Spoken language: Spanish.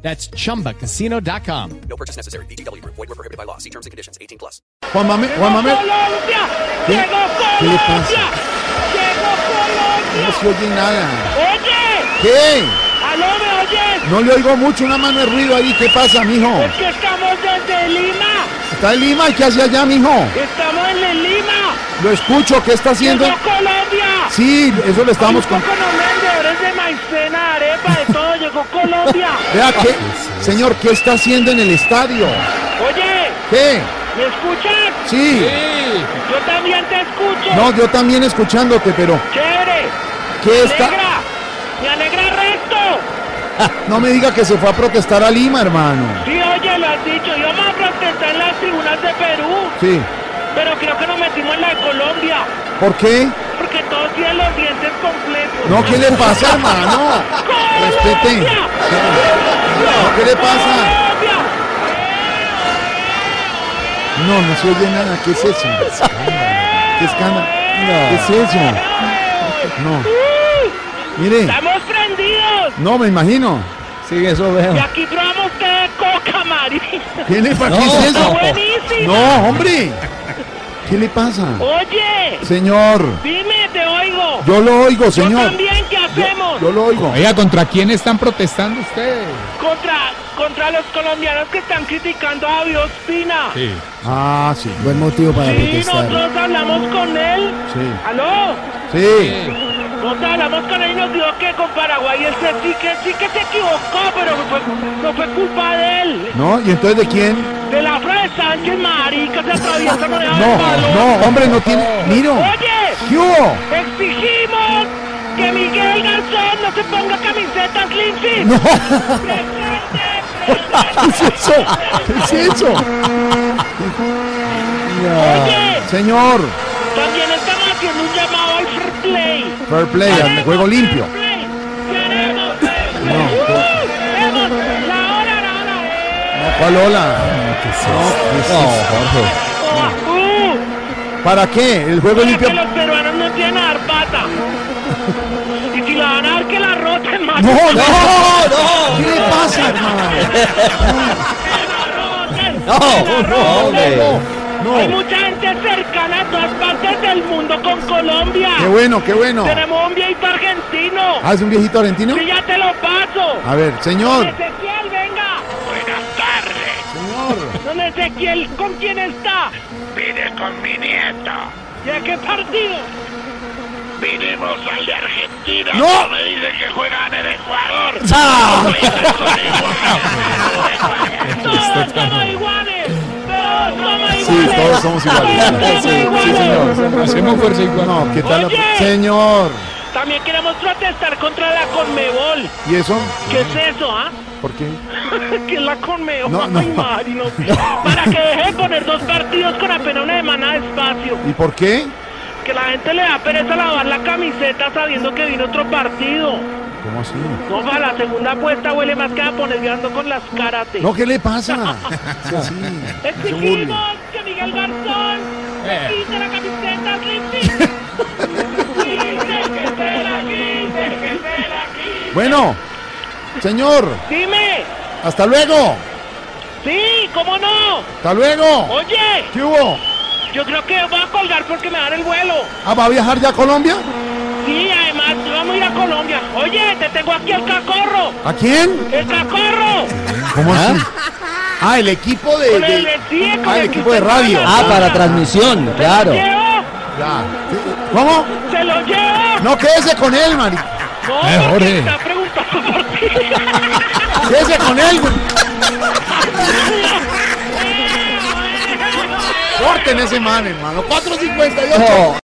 That's chumbacasino.com. No purchase necessary. BGW. Void were prohibited by law. See terms and conditions. 18 plus. Juan Manuel, Juan Manuel, Colombia! ¿Qué? ¡Llegó ¿Qué le pasa? Colombia! ¡Llegó no Colombia! se oye nada. ¡Oye! ¿Qué? ¡Aló, me oyes! No le oigo mucho, una mano de ruido ahí. ¿Qué pasa, mijo? Es que estamos desde Lima. ¿Está en Lima? ¿Qué hace allá, mijo? Estamos en Lima. Lo escucho, ¿qué está haciendo? ¡Llegó Colombia! Sí, eso lo estamos con... con... vendedores de maicena, arepa, de todo. Llegó Colombia. Vea, ¿qué? Señor, ¿qué está haciendo en el estadio? Oye, ¿Qué? ¿me escuchas? Sí. Yo también te escucho. No, yo también escuchándote, pero Chévere. ¿qué Me está? alegra. Me alegra resto. No me diga que se fue a protestar a Lima, hermano. Sí, oye, lo has dicho. Íbamos a protestar en las tribunas de Perú. Sí. Pero creo que nos metimos en la de Colombia, ¿Por qué? porque todos tienen los dientes completos. No, ¿qué le pasa, hermano? Respete. ¡Colombia! No, ¿qué le pasa? ¡Colombia! No, no se oye nada. ¿Qué es eso? ¿Qué escándalo? ¿Qué es eso? No. ¡Uh! Mire, ¡Eh, ¡Estamos prendidos! no me imagino. Sí, eso Eh. veo. Y aquí probamos té de coca, Mari. ¡Está ¿Qué le pasa? ¿Qué es eso? buenísimo! No, hombre. ¿Qué le pasa? Oye, Señor, dime, te oigo. yo lo oigo, Yo señor. también, ¿qué hacemos? Yo lo oigo. Oiga, ¿contra quién están protestando ustedes? Contra, contra los colombianos que están criticando a Javier Ospina. Sí, Ah, sí. Buen motivo para nosotros hablamos con él. Sí. ¿Aló? Sí. Nosotros hablamos con él y nos dijo que con Paraguay él se, sí, que, sí que se equivocó, pero no fue, no fue culpa de él. ¿No? ¿Y entonces de quién? De la obra de Sánchez, marica, se atraviesa con el No, balón. no, hombre, no tiene. Miro. Oye, ¿Qué hubo? exigimos que Miguel Garzón no se ponga camisetas linces. No. Presente, ¿Qué es eso? ¿Qué es eso? Oye, Señor, también estamos haciendo un llamado al fair play. fair play, al juego limpio. Fair play, queremos fair play. Uh, queremos la hora, la hora. ¿Cuál hola? Uh, ¿Para qué? El juego para limpio. que los peruanos no tienen a dar pata. Y si la van a dar, que la roten más. No, no, no. ¿Qué le pasa, hermano? No, no, No, Hay no. mucha gente cercana a todas partes del mundo con Colombia. Qué bueno, Ah, qué bueno. Tenemos un viejito argentino. ¿Haz un viejito argentino? Sí, ya te lo paso. A ver, señor. Ezequiel, venga. Buenas tardes. Señor. Don Ezequiel, ¿con quién está? Vine con mi nieto. ¿Y a qué partido? Vinimos a la Argentina. ¡No! Me dice que juegan en Ecuador. Todos somos iguales. Todos somos iguales. Sí, todos somos iguales. Todos Sí, somos sí, iguales. señor. Hacemos fuerza igual. No, ¿qué tal? la- Oye. Señor. También queremos protestar contra la Conmebol. ¿Y eso? ¿Qué es eso, ah? ¿Por qué? que es la Conmebol. No, no. Ay, Mari, no. Para que deje de poner dos partidos con apenas una semana de espacio. ¿Y por qué? Que la gente le da pereza lavar la camiseta sabiendo que viene otro partido. ¿Cómo así? No, para la segunda apuesta huele más que japonés ganando con las karate. No, ¿qué le pasa? Sí, sí. Exigimos que Miguel Garzón se quite la camiseta Rinzi. que se la quite, que se la quite. Bueno, señor, Dime, hasta luego. sí, cómo no. Hasta luego. Oye, ¿Qué hubo? yo creo que voy a colgar porque me dan el vuelo. ¿Ah, va a viajar ya a Colombia? Sí, además vamos a ir a Colombia. Oye, te tengo aquí el cacorro. ¿A quién? El cacorro. ¿Cómo así? Ah, el equipo de... Con el de- de sí, con Ah, el equipo de radio. Ah, para transmisión, claro. Se lo llevo, Ya. Sí. ¿Cómo? se lo llevo. No, quédese con él, Mari. No, Eh, porque Jorge. está preguntando por ti. Quédese con él, güey. Corten ese man, hermano. 4.58.